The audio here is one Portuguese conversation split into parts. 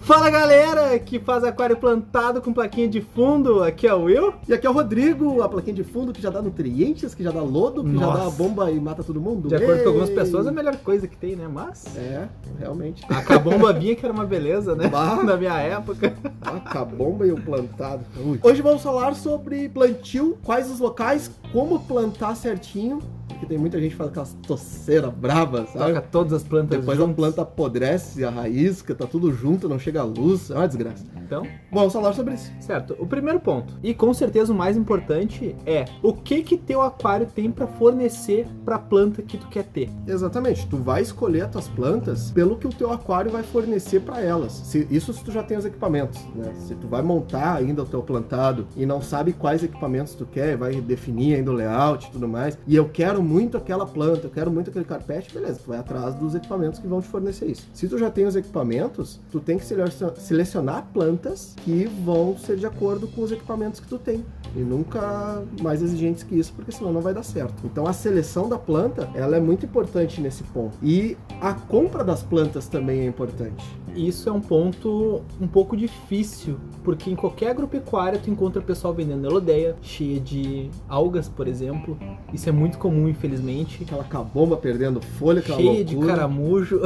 Fala galera que faz aquário plantado com plaquinha de fundo, aqui é o Will. E aqui é o Rodrigo, a plaquinha de fundo que já dá nutrientes, que já dá lodo, que já Nossa. dá uma bomba e mata todo mundo. De acordo com algumas Ei! pessoas, é a melhor coisa que tem, né? Mas. É, realmente. A cabomba vinha que era uma beleza, né? Bah. Na minha época. Ah, com a bomba e o plantado. Ui. Hoje vamos falar sobre plantio, quais os locais, como plantar certinho. Porque tem muita gente que faz aquelas toceira brava, sabe? Toca todas as plantas. Depois a juntas. planta apodrece, a raiz, que tá tudo junto, não chega a luz, é uma desgraça. Então, Bom, vamos falar sobre isso. certo. O primeiro ponto, e com certeza o mais importante, é o que que teu aquário tem pra fornecer pra planta que tu quer ter. Exatamente, tu vai escolher as tuas plantas pelo que o teu aquário vai fornecer para elas. Se- isso se tu já tem os equipamentos, né? Se tu vai montar ainda o teu plantado e não sabe quais equipamentos tu quer, vai definir ainda o layout e tudo mais. E eu quero muito aquela planta, eu quero muito aquele carpete, beleza, tu vai atrás dos equipamentos que vão te fornecer isso. Se tu já tem os equipamentos, tu tem que selecion- selecionar plantas que vão ser de acordo com os equipamentos que tu tem e nunca mais exigentes que isso, porque senão não vai dar certo. Então a seleção da planta, ela é muito importante nesse ponto. E a compra das plantas também é importante. Isso é um ponto um pouco difícil, porque em qualquer agropecuária tu encontra pessoal vendendo elodeia, cheia de algas, por exemplo. Isso é muito comum, infelizmente. Aquela cabomba perdendo folha, aquela cheia de loucura. caramujo.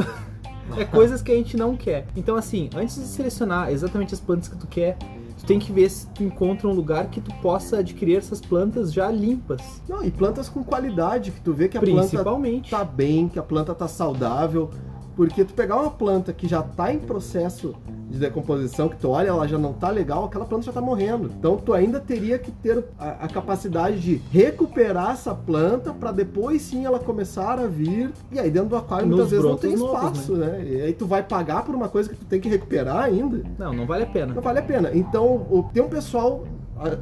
é coisas que a gente não quer. Então, assim, antes de selecionar exatamente as plantas que tu quer, tu tem que ver se tu encontra um lugar que tu possa adquirir essas plantas já limpas. Não, e plantas com qualidade, que tu vê que a planta principalmente. tá bem, que a planta tá saudável. Porque tu pegar uma planta que já tá em processo de decomposição, que tu olha, ela já não tá legal, aquela planta já tá morrendo. Então tu ainda teria que ter a, a capacidade de recuperar essa planta para depois sim ela começar a vir. E aí dentro do aquário Nos muitas vezes não brotos tem novos, espaço, né? E aí tu vai pagar por uma coisa que tu tem que recuperar ainda. Não, não vale a pena. Não vale a pena. Então, o- tem um pessoal.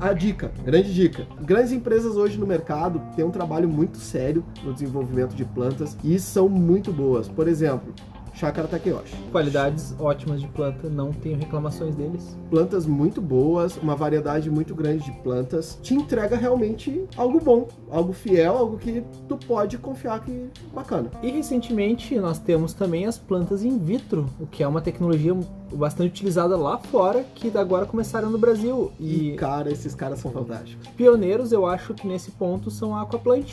A, a dica, grande dica. Grandes empresas hoje no mercado têm um trabalho muito sério no desenvolvimento de plantas e são muito boas. Por exemplo, Chácara Takeyoshi. Qualidades ótimas de planta, não tenho reclamações deles. Plantas muito boas, uma variedade muito grande de plantas. Te entrega realmente algo bom, algo fiel, algo que tu pode confiar que bacana. E recentemente nós temos também as plantas in vitro, o que é uma tecnologia bastante utilizada lá fora, que agora começaram no Brasil. E, E cara, esses caras são fantásticos. pioneiros, eu acho que nesse ponto são a Aquaplant.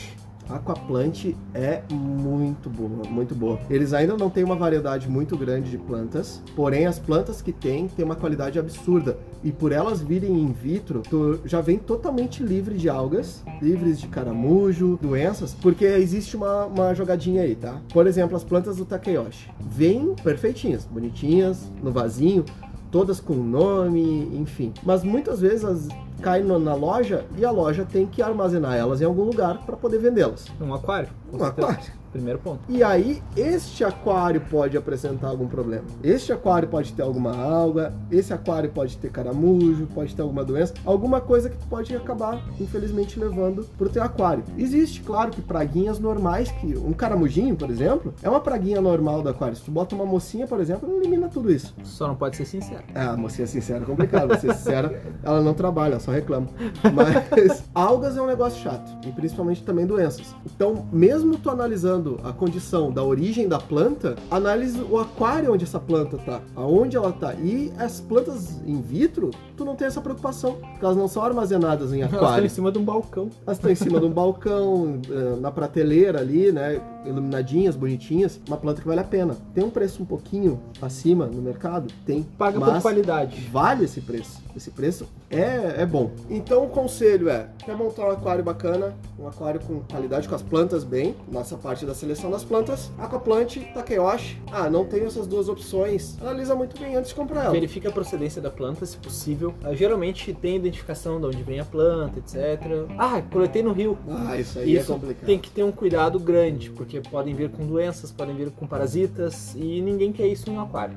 Aquaplant é muito boa, muito boa. Eles ainda não têm uma variedade muito grande de plantas, porém as plantas que têm têm uma qualidade absurda. E por elas virem in vitro, tu já vem totalmente livre de algas, livres de caramujo, doenças, porque existe uma, uma jogadinha aí, tá? Por exemplo, as plantas do Takeyoshi. Vêm perfeitinhas, bonitinhas, no vasinho, todas com nome, enfim. Mas muitas vezes as caem no- na loja e a loja tem que armazenar elas em algum lugar para poder vendê-las. Um aquário? com Um certeza. aquário. Primeiro ponto. E aí, este aquário pode apresentar algum problema. Este aquário pode ter alguma alga, esse aquário pode ter caramujo, pode ter alguma doença, alguma coisa que tu pode acabar, infelizmente, levando pro teu aquário. Existe, claro, que praguinhas normais, que um caramujinho, por exemplo, é uma praguinha normal do aquário. Se tu bota uma mocinha, por exemplo, ela elimina tudo isso. Só não pode ser sincero. Ah, a mocinha sincera é complicado. Mocinha sincera, ela não trabalha, ela só reclama. Mas algas é um negócio chato. E principalmente também doenças. Então, mesmo tu analisando a condição da origem da planta, analise o aquário onde essa planta tá, aonde ela tá. E as plantas in vitro, tu não tem essa preocupação. Porque elas não são armazenadas em Elas estão em aquário. cima de um balcão. Elas estão em cima de um balcão, eh, na prateleira ali, né? Iluminadinhas, bonitinhas. Uma planta que vale a pena. Tem um preço um pouquinho acima no mercado? Tem. Paga por mas- qualidade. vale esse preço. Esse preço é, é bom. Então o conselho é: quer montar um aquário bacana, um aquário com qualidade, com as plantas bem, nossa parte da seleção das plantas, Aquaplant, Takeyoshi. Ah, não tenho essas duas opções. Analisa muito bem antes de comprar ela. Verifica a procedência da planta, se possível. Ah, geralmente tem identificação de onde vem a planta, etc. Ah, coletei no rio. Ah, isso aí Isso é complicado. Tem que ter um cuidado grande, porque podem vir com doenças, podem vir com parasitas, e ninguém quer isso em um aquário.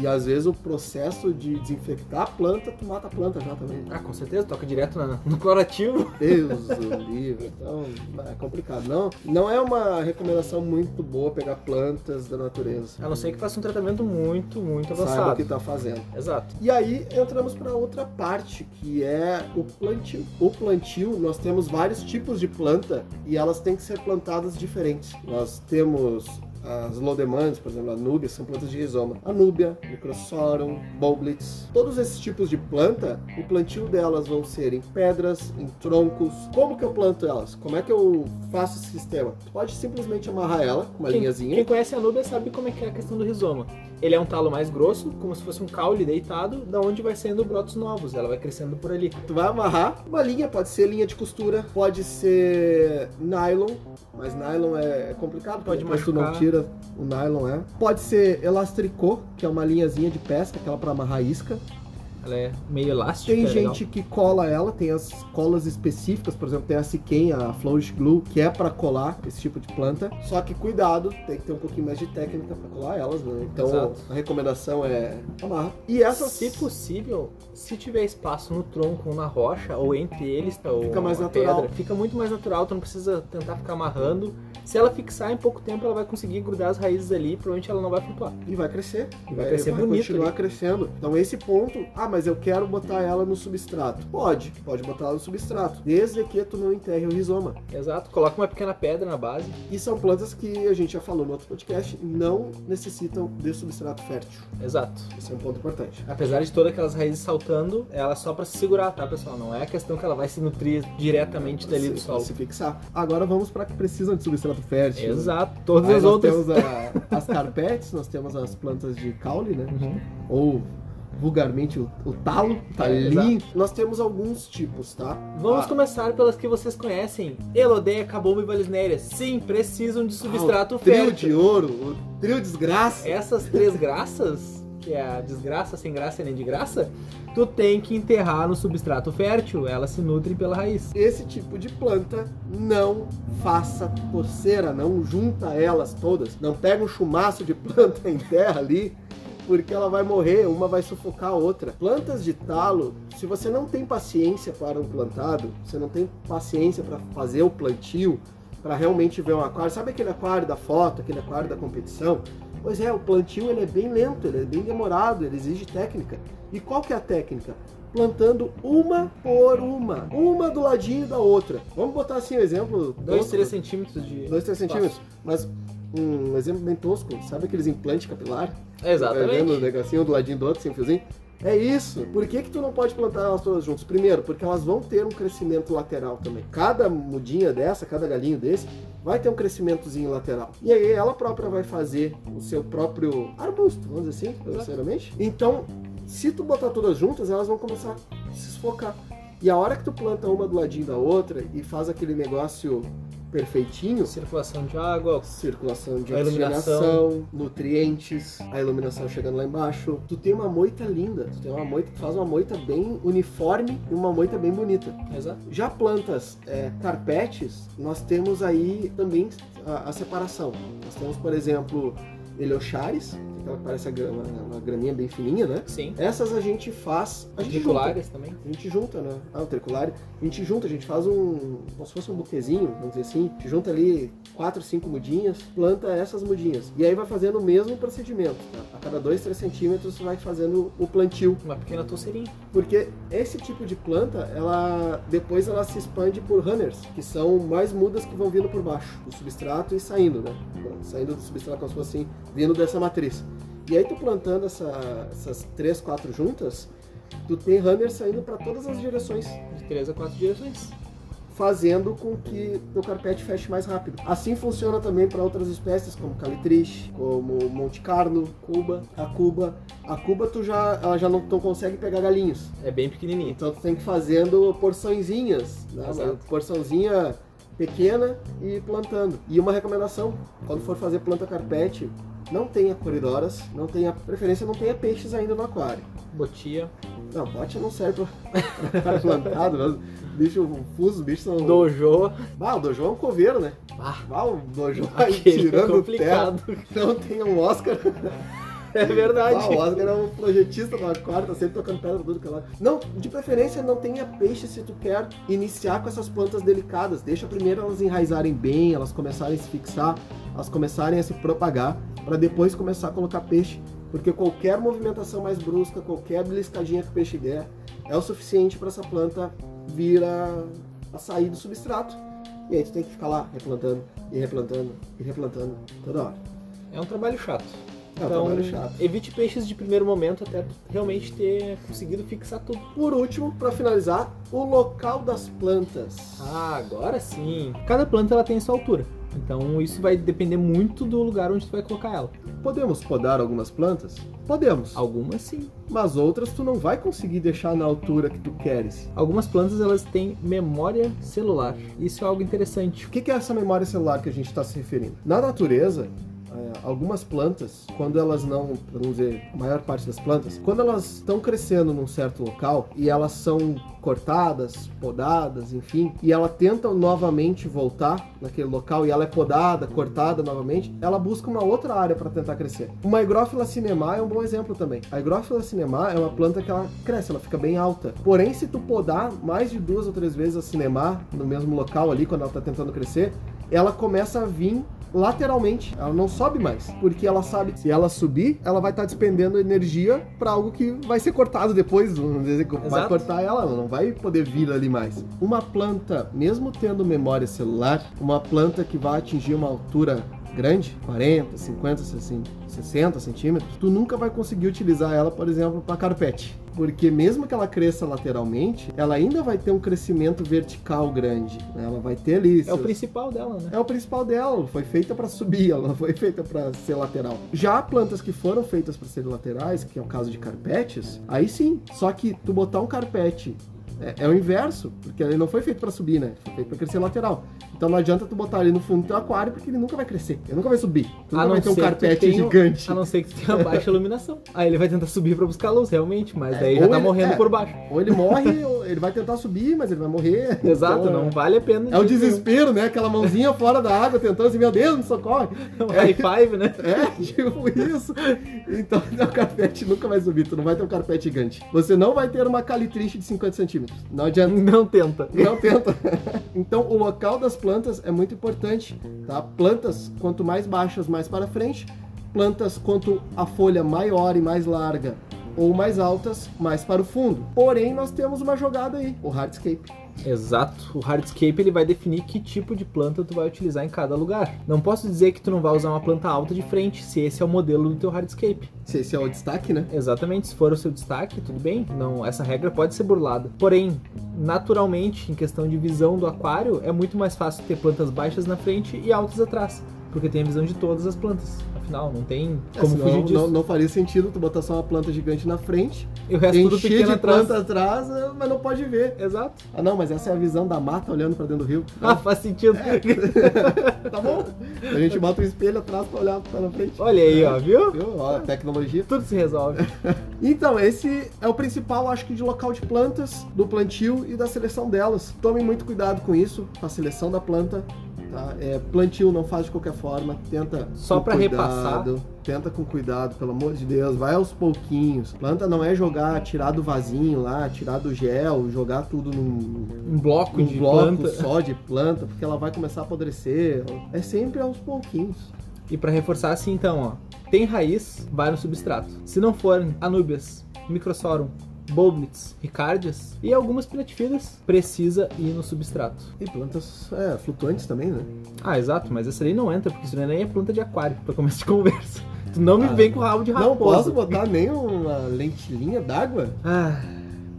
E às vezes o processo de desinfectar a planta, tu mata a planta já também. Ah, com certeza, toca direto na- no clorativo. Deus do livro. Então, é complicado. Não, não é uma recomendação muito boa pegar plantas da natureza. A não ser que faça um tratamento muito, muito Saiba o avançado. que tá fazendo. Exato. E aí entramos para outra parte, que é o plantio. O plantio, nós temos vários tipos de planta e elas têm que ser plantadas diferentes. Nós temos As low demands, por exemplo, a núbia, são plantas de rizoma. A núbia, microsorum, boblitz, todos esses tipos de planta, o plantio delas vão ser em pedras, em troncos. Como que eu planto elas? Como é que eu faço esse sistema? Tu pode simplesmente amarrar ela com uma Quem- linhazinha. Quem conhece a Anubia sabe como é que é a questão do rizoma. Ele é um talo mais grosso, como se fosse um caule deitado, da onde vai saindo brotos novos. Ela vai crescendo por ali. Tu vai amarrar uma linha, pode ser linha de costura, pode ser nylon, mas nylon é complicado, Pode depois tu não machucar. tira o nylon, é. Pode ser elastricô, que é uma linhazinha de pesca, aquela pra amarrar isca. Ela é meio elástica. Tem é legal. gente que cola ela, tem as colas específicas, por exemplo, tem a Siquem, a Flourish Glue, que é pra colar esse tipo de planta. Só que cuidado, tem que ter um pouquinho mais de técnica pra colar elas, né? Então Exato. a recomendação é amarrar. E essa Se possível, se tiver espaço no tronco ou na rocha, ou entre eles, tá, ou Fica mais uma natural. pedra, fica muito mais natural, tu não precisa tentar ficar amarrando. Se ela fixar em pouco tempo, ela vai conseguir grudar as raízes ali, provavelmente ela não vai flutuar. E vai crescer. E vai crescer bonito, continuar né? crescendo. Então esse ponto, ah, mas eu quero botar ela no substrato. Pode, pode botar ela no substrato. Desde que tu não enterre o rizoma. Exato, coloca uma pequena pedra na base. E são plantas que a gente já falou no outro podcast, não necessitam de substrato fértil. Exato. Esse é um ponto importante. Apesar de todas aquelas raízes saltando, ela é só pra se segurar, tá, pessoal? Não é a questão que ela vai se nutrir diretamente dali Pra tá do se- solo. pra Se fixar. Agora vamos para que precisam de substrato fértil. né? Exato, todas Aí as nós outras. temos a- as carpetes, nós temos as plantas de caule, né? Uhum. Ou vulgarmente o, o talo, talinho. nós temos alguns tipos, tá? É, Vamos Ah, começar pelas que vocês conhecem. Elodeia, Cabomba e Valisneria. Sim, precisam de substrato Ah, o trio fértil. de ouro, o trio desgraça. Essas três graças, que é a desgraça, sem graça e nem de graça, tu tem que enterrar no substrato fértil, ela se nutre pela raiz. Esse tipo de planta não faça coceira, não junta elas todas, não pega um chumaço de planta em terra ali, porque ela vai morrer, uma vai sufocar a outra. Plantas de talo, se você não tem paciência para um plantado, você não tem paciência para fazer o plantio, para realmente ver um aquário, sabe aquele aquário da foto, aquele aquário da competição? Pois é, o plantio ele é bem lento, ele é bem demorado, ele exige técnica. E qual que é a técnica? plantando uma por uma, uma do ladinho da outra. Vamos botar assim um exemplo Dois, tosco. três centímetros de. Dois, três centímetros. Mas um exemplo bem tosco, sabe aqueles implantes capilar? Vai Tá vendo o Exatamente. negocinho um do ladinho do outro, sem fiozinho? É isso. Por que, que tu não pode plantar elas todas juntas? Primeiro, porque elas vão ter um crescimento lateral também. Cada mudinha dessa, cada galinho desse, vai ter um crescimentozinho lateral. E aí ela própria vai fazer o seu próprio arbusto, vamos dizer assim, grosseiramente. Então, se tu botar todas juntas, elas vão começar a se esfocar. E a hora que tu planta uma do ladinho da outra e faz aquele negócio perfeitinho, Circulação de água, circulação de A iluminação. oxigenação, nutrientes, a iluminação chegando lá embaixo. Tu tem uma moita linda, tu tem uma moita, tu faz uma moita bem uniforme e uma moita bem bonita. exato. Já plantas é, carpetes, nós temos aí também a, a separação. Nós temos, por exemplo, eliochares, aquela que parece a grama- uma graminha bem fininha, né? Sim. Essas a gente faz, a gente junta. Articulares também. A gente junta, né? Ah, o tricular. A gente junta, a gente faz um. Como se fosse um buquezinho, vamos dizer assim. A gente junta ali quatro, cinco mudinhas, planta essas mudinhas. E aí vai fazendo o mesmo procedimento, tá? A cada dois, três centímetros você vai fazendo o plantio. Uma pequena touceirinha. Porque esse tipo de planta, ela. Depois ela se expande por runners, que são mais mudas que vão vindo por baixo do substrato e saindo, né? Saindo do substrato como se fosse assim, vindo dessa matriz. E aí tu plantando essa- essas três, quatro juntas. Tu tem runners saindo para todas as direções De três a quatro direções. fazendo com que o carpete feche mais rápido. Assim funciona também para outras espécies, como calitriche, como Monte Carlo, Cuba, a Cuba. A Cuba tu já, ela já não, tu não consegue pegar galinhos. É bem pequenininha. Então tu tem que ir fazendo porçõezinhas, né? Exato. Uma porçãozinha pequena e plantando. E uma recomendação, quando for fazer planta carpete, não tenha coridoras, não tenha preferência, não tenha peixes ainda no aquário. Botia. Não, bote não serve para para plantado, mas bicho fuso, os bichos são Dojo. Bah, o Dojo é um coveiro, né? Ah, Bah, o Dojo aí aquele é tirando terra. complicado. Não tem um Oscar. É verdade. Ah, o Oscar é um projetista da quarta, sempre tocando pedra pra tudo que é lá. Não, de preferência não tenha peixe se tu quer iniciar com essas plantas delicadas. Deixa primeiro elas enraizarem bem, elas começarem a se fixar, elas começarem a se propagar, pra depois começar a colocar peixe. Porque qualquer movimentação mais brusca, qualquer beliscadinha que o peixe der, é o suficiente pra essa planta vir a, a sair do substrato. E aí tu tem que ficar lá replantando, e replantando, e replantando toda hora. É um trabalho chato. É um Então, trabalho chato. evite peixes de primeiro momento até tu realmente ter conseguido fixar tudo. Por último, para finalizar, o local das plantas. Ah, agora sim. Cada planta ela tem a sua altura. Então isso vai depender muito do lugar onde tu vai colocar ela. Podemos podar algumas plantas? Podemos. Algumas sim. Mas outras tu não vai conseguir deixar na altura que tu queres. Algumas plantas elas têm memória celular. Isso é algo interessante. O que que é essa memória celular que a gente está se referindo? Na natureza, é, algumas plantas, quando elas não, vamos dizer, a maior parte das plantas, quando elas estão crescendo num certo local e elas são cortadas, podadas, enfim, e ela tenta novamente voltar naquele local e ela é podada, cortada novamente, ela busca uma outra área para tentar crescer. Uma Hygrophylla cinema é um bom exemplo também. A Hygrophylla cinema é uma planta que ela cresce, ela fica bem alta. Porém, se tu podar mais de duas ou três vezes a cinema no mesmo local ali quando ela tá tentando crescer, ela começa a vir lateralmente, ela não sobe mais, porque ela sabe que se ela subir, ela vai estar despendendo energia para algo que vai ser cortado depois, vamos dizer, assim, que vai Exato. cortar ela, ela não vai poder vir ali mais. Uma planta, mesmo tendo memória celular, uma planta que vai atingir uma altura grande, 40, 50, 60, 60 centímetros, tu nunca vai conseguir utilizar ela, por exemplo, para carpete. Porque mesmo que ela cresça lateralmente, ela ainda vai ter um crescimento vertical grande. né? Ela vai ter ali. É o seus- principal dela, né? é o principal dela, foi feita para subir, ela não foi feita para ser lateral. Já plantas que foram feitas para serem laterais, que é o caso de carpetes, aí sim, só que tu botar um carpete é, é o inverso, porque ele não foi feito para subir, né? Foi feito para crescer lateral. Então não adianta tu botar ele no fundo do teu aquário porque ele nunca vai crescer, ele nunca vai subir. Tu nunca vai ter um que tu carpete tenha- gigante. A não ser que tu tenha baixa iluminação. Aí ele vai tentar subir pra buscar luz, realmente, mas É, daí ou já tá ele- morrendo é. por baixo. Ou ele morre, ou ele vai tentar subir, mas ele vai morrer. Exato, Então, não vale a pena. É o de- desespero, né? Aquela mãozinha fora da água tentando assim, meu Deus, me socorre. Um high five, né? É, tipo isso. Então, teu carpete nunca vai subir. Tu não vai ter um carpete gigante. Você não vai ter uma calitrice de 50 centímetros. Não adianta. Não tenta. Não tenta. Então, o local das plantas é muito importante, tá? Plantas, quanto mais baixas, mais para frente. Plantas, quanto a folha maior e mais larga ou mais altas, mais para o fundo. Porém, nós temos uma jogada aí, o hardscape. Exato. O hardscape ele vai definir que tipo de planta tu vai utilizar em cada lugar. Não posso dizer que tu não vai usar uma planta alta de frente, se esse é o modelo do teu hardscape. Se Esse é o destaque, né? Exatamente, se for o seu destaque, tudo bem. Não, essa regra pode ser burlada. Porém, naturalmente, em questão de visão do aquário, é muito mais fácil ter plantas baixas na frente e altas atrás, porque tem a visão de todas as plantas. Afinal, não tem É, como senão fugir disso. não, não faria sentido tu botar só uma planta gigante na frente E o resto tudo Encher pequeno de atrás. planta atrás, eh, mas não pode ver. Exato. Ah, não, mas essa é a visão da mata olhando pra dentro do rio. Ah, faz sentido. tá bom. A gente bota o espelho atrás pra olhar pra na frente. Olha aí, ó, viu? Viu? Ó, a tecnologia. Tudo se resolve. Então, esse é o principal, acho que, de local de plantas, do plantio e da seleção delas. Tomem muito cuidado com isso, com a seleção da planta. Tá? É, plantio não faz de qualquer forma, tenta Só com pra repassar. cuidado, Tenta com cuidado, pelo amor de Deus, vai aos pouquinhos. Planta não é jogar, tirar do vasinho lá, tirar do gel, jogar tudo num, Um bloco um de bloco planta. só de planta, porque ela vai começar a apodrecer. É sempre aos pouquinhos. E pra reforçar assim, então, ó, tem raiz, vai no substrato. Se não forem Anubias, Microsorum, Boblitz, Ricardias e algumas platifidas, precisa ir no substrato. E plantas é, flutuantes também, né? Ah, exato, mas essa daí não entra, porque isso daí nem é planta de aquário, pra começo de conversa. Tu não me Ah, vem com rabo de Não raposa. posso botar nem uma lentilhinha d'água, Ah,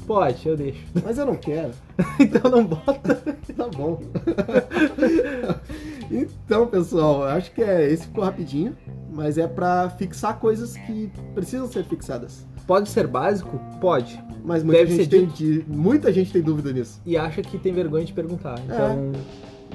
pode, eu deixo. mas eu não quero. então não bota. Tá bom. então, pessoal, eu acho que é esse ficou rapidinho, mas é pra fixar coisas que precisam ser fixadas. Pode ser básico? Pode. Mas muita, Deve gente ser tem, de- muita gente tem dúvida nisso. E acha que tem vergonha de perguntar. Então,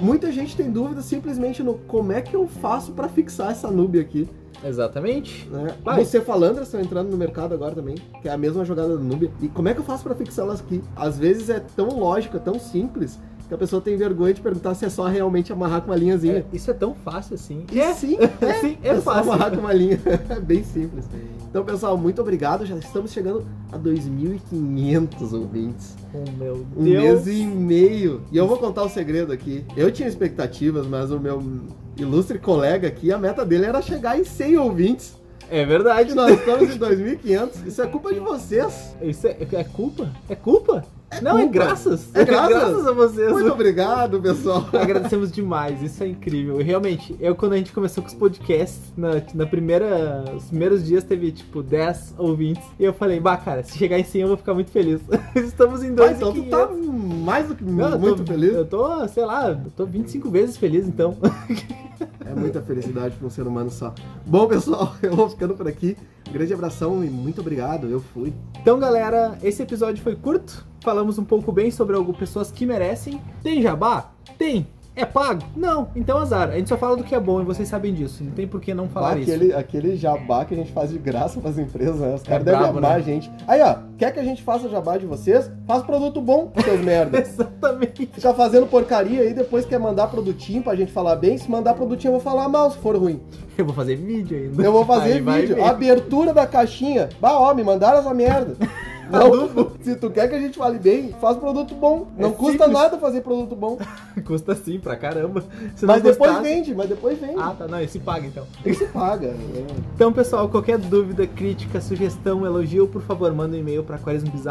Muita gente tem dúvida simplesmente no como é que eu faço pra fixar essa nube aqui. exatamente. né? Vai. Você falandras estão entrando no mercado agora também, que é a mesma jogada do Nubia. E como é que eu faço pra fixar elas aqui? Às vezes é tão lógico, é tão simples, que a pessoa tem vergonha de perguntar se é só realmente amarrar com uma linhazinha. É, isso é tão fácil assim. E sim, É, sim, é é só fácil. amarrar com uma linha. É bem simples. Então, pessoal, muito obrigado. Já estamos chegando a 2.500 ouvintes. Oh, meu Um Deus. mês e meio. E eu vou contar o segredo aqui. Eu tinha expectativas, mas o meu ilustre colega aqui, a meta dele era chegar em 100 ouvintes. É verdade, Nós estamos em 2.500. Isso é culpa de vocês. Isso é, é culpa? É culpa? Não, é culpa. graças. É graças? a vocês. Muito obrigado, pessoal. Agradecemos demais, isso é incrível. E realmente, eu quando a gente começou com os podcasts, na, na primeira, os primeiros dias teve tipo 10 ouvintes. E eu falei, bah, cara, se chegar em 100 eu vou ficar muito feliz. Estamos em Ah, dois então tu tá mais do que Não, eu muito tô, feliz. Eu tô, sei lá, eu tô 25 vezes feliz então. É muita felicidade para um ser humano só. Bom, pessoal, eu vou ficando por aqui. Grande abração e muito obrigado. Eu fui. Então, galera, esse episódio foi curto. Falamos um pouco bem sobre algumas pessoas que merecem. Tem jabá? Tem. É pago? Não, então azar. A gente só fala do que é bom e vocês sabem disso. Não tem por que não falar Ah, isso. aquele, aquele jabá que a gente faz de graça pras empresas, né? Os caras É devem brabo, amar né? a gente. Aí, ó, quer que a gente faça jabá de vocês? Faz produto bom, seus merda. Exatamente. Ficar fazendo porcaria aí, depois quer mandar produtinho pra gente falar bem. Se mandar produtinho, eu vou falar mal se for ruim. Eu vou fazer vídeo ainda. Eu vou fazer Aí vai vídeo. ver. Abertura da caixinha. Bah, ó, me mandaram essa merda. Não, se tu quer que a gente fale bem, faz produto bom. É Não custa simples. nada fazer produto bom. Ah, Custa sim pra caramba. Se não Mas depois gostar- vende, mas depois vende. Ah, tá. Não, esse paga então. Tem que se paga. É. Então, pessoal, qualquer dúvida, crítica, sugestão, elogio, por favor, manda um e-mail pra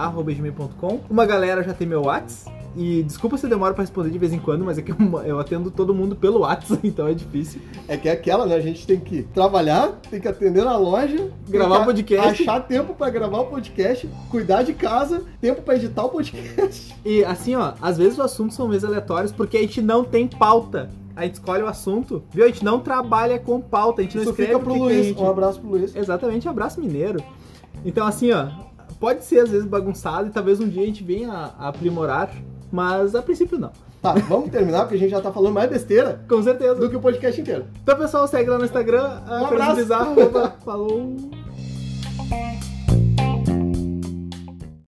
aquarismobizarro.gmail.com. Uma galera já tem meu Whats. E desculpa se eu demoro pra responder de vez em quando, mas é que eu, eu atendo todo mundo pelo Whats, então é difícil. É que é aquela, né? A gente tem que trabalhar, tem que atender na loja, tem Gravar que podcast. achar tempo pra gravar o podcast, cuidar de casa, tempo pra editar o podcast. E assim, ó, às vezes os assuntos são meio aleatórios porque a gente não tem pauta. A gente escolhe o assunto, viu? A gente não trabalha com pauta, a gente não Isso escreve fica o pro que é, que a Luiz. gente- Um abraço pro Luiz. Exatamente, abraço mineiro. Então, assim, ó, pode ser às vezes bagunçado e talvez um dia a gente venha a aprimorar, mas a princípio não. Tá, vamos terminar porque a gente já tá falando mais besteira Com certeza. do que o podcast inteiro. Então, pessoal, segue lá no Instagram. abraço. Bizarro, falou.